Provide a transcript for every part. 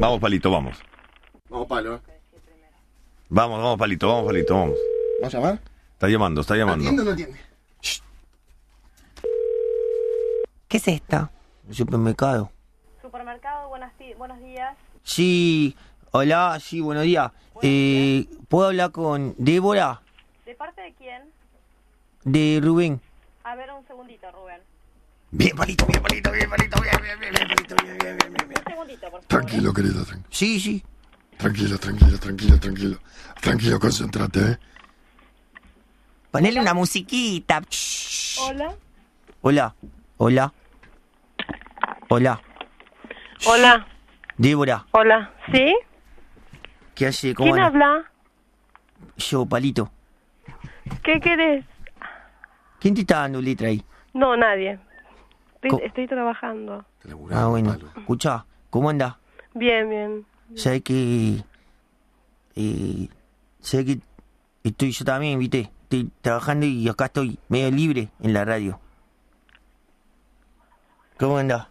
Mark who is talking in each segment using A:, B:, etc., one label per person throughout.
A: Vamos, palito, vamos.
B: Vamos, palo.
A: Vamos, vamos, palito, vamos, palito, vamos.
B: ¿Vamos a llamar?
A: Está llamando, está
B: ¿Atiende
A: llamando.
B: o no atiende?
C: ¿Qué es esto?
D: Supermercado.
E: Supermercado, buenas ti- buenos días.
D: Sí, hola, sí, buenos días. Eh, ¿Puedo hablar con Débora?
E: ¿De parte de quién?
D: De Rubén.
E: A ver, un segundito, Rubén.
A: Bien, palito, bien, palito, bien, palito, bien, bien, bien, bien, palito, bien, bien, bien, bien, bien.
E: Un segundito, por favor.
B: Tranquilo, querido. tran-
D: Sí, sí.
B: Tranquilo, tranquilo, tranquilo, tranquilo. Tranquilo, concéntrate, ¿eh?
C: Ponele una musiquita.
E: Hola.
D: Hola, hola. Hola.
F: Hola,
D: Débora,
F: hola, ¿sí?
D: ¿qué hace? ¿Cómo
F: ¿Quién
D: anda?
F: habla?
D: Yo, Palito.
F: ¿Qué querés?
D: ¿Quién te está dando letra ahí?
F: No, nadie. Estoy,
D: Co-
F: estoy trabajando.
B: Te laburás,
D: Ah, bueno.
B: palo.
D: Escucha, ¿cómo anda?
F: Bien, bien.
D: ¿Sabes que... Eh, ¿Sabes que estoy yo también, viste? Estoy trabajando y acá estoy medio libre en la radio. ¿Cómo anda?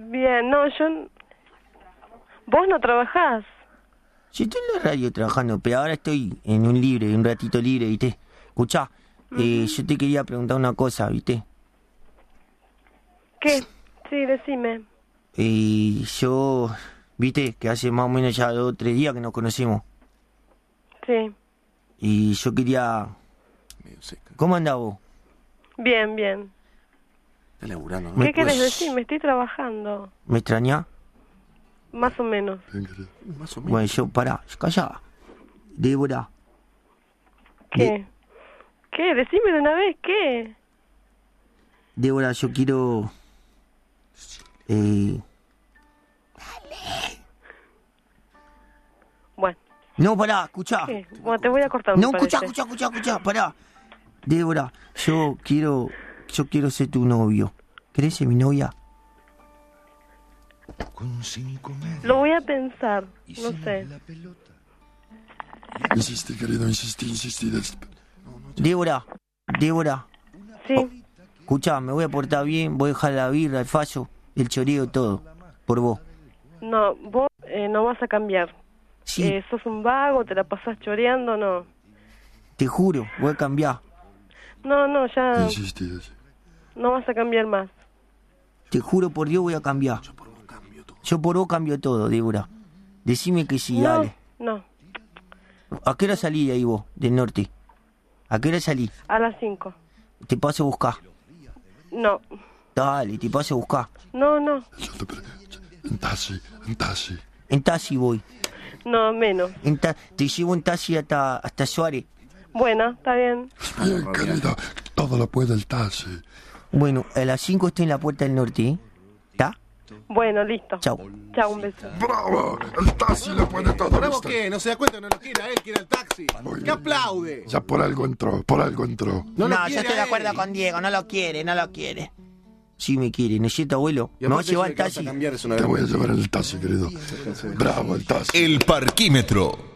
F: Bien, no, yo... n- Vos no trabajás.
D: Yo estoy en la radio trabajando, pero ahora estoy en un eh, libre, un ratito libre, eh, ¿viste? Escucha, yo te quería preguntar una cosa, ¿viste?
F: ¿Qué? Sí, decime.
D: Y yo, viste, que hace más o menos ya dos o tres días que nos conocemos.
F: Sí.
D: Y yo quería...
B: Medio seca.
D: ¿Cómo andás vos?
F: Bien, bien.
B: Está laburando, ¿no?
D: Me-
F: ¿Qué querés
D: pues-
F: decirme? Estoy trabajando.
D: ¿Me extrañás?
F: Más o menos.
B: Bien, querido. Más o menos.
D: Bueno, yo, pará, callá. Débora,
F: ¿Qué? ¿Qué? Decime de una vez, ¿qué?
D: Débora, yo quiero... Eh...
F: Bueno,
D: No, pará, escuchá.
F: ¿qué? Bueno, te voy a cortar. me
D: No, escuchá,
F: parece.
D: escuchá, escuchá, escuchá, pará. Débora, yo quiero... Yo quiero ser tu novio. ¿Querés ser mi novia?
B: Con cinco meses.
F: Lo voy a pensar. No sé.
B: Insistí, querido, insistí, insistí. des-
D: Débora, Débora,
F: Sí.
D: oh. escuchá, me voy a portar bien, voy a dejar la birra, el fallo, el choreo, todo. Por vos.
F: No, vos eh, no vas a cambiar.
D: Sí,
F: Eh, sos un vago, te la pasás choreando, no.
D: te juro, voy a cambiar.
F: No, no, ya
B: Insistí, des-
F: no vas a cambiar más.
D: Te juro por Dios voy a cambiar. Yo por vos cambio todo, Débora. Decime que sí,
F: no,
D: dale.
F: no,
D: ¿A qué hora salí de ahí vos, del norte? ¿A qué hora salí?
F: a las 5.
D: Te paso a buscar.
F: No,
D: Dale, te paso a buscar.
F: no, no,
B: Yo te pre- En taxi, en taxi.
D: En taxi voy.
F: no, menos.
D: En ta- te llevo en taxi hasta, hasta Suárez.
F: Bueno, está bien.
G: Ah,
B: Bien, querido. Todo lo puede el taxi.
D: Bueno, a las 5 estoy en la puerta del norte, ¿eh? ¿Está?
F: Bueno, listo.
D: Chao.
F: Chao, un beso.
B: ¡Bravo! El taxi lo puede todo.
G: ¿Bravo
B: Está-
G: qué? No se da cuenta, no lo quiere a él, quiere al taxi.
B: Muy
G: ¡Que
B: bien.
G: aplaude!
B: Ya por algo entró, por algo entró.
G: No lo
C: No, yo
G: quiere
C: estoy de
G: a
C: acuerdo
G: él.
C: con Diego, no lo quiere, no lo quiere.
D: Si me quiere, ¿no es cierto, abuelo?
G: Y
D: Me va a
G: aparte
D: llevar
G: eso de
D: el
G: que vas a
D: taxi.
G: cambiar es una
B: Te voy a
G: vergüenza.
B: llevar en el taxi, querido. Bravo, el taxi.
H: El parquímetro.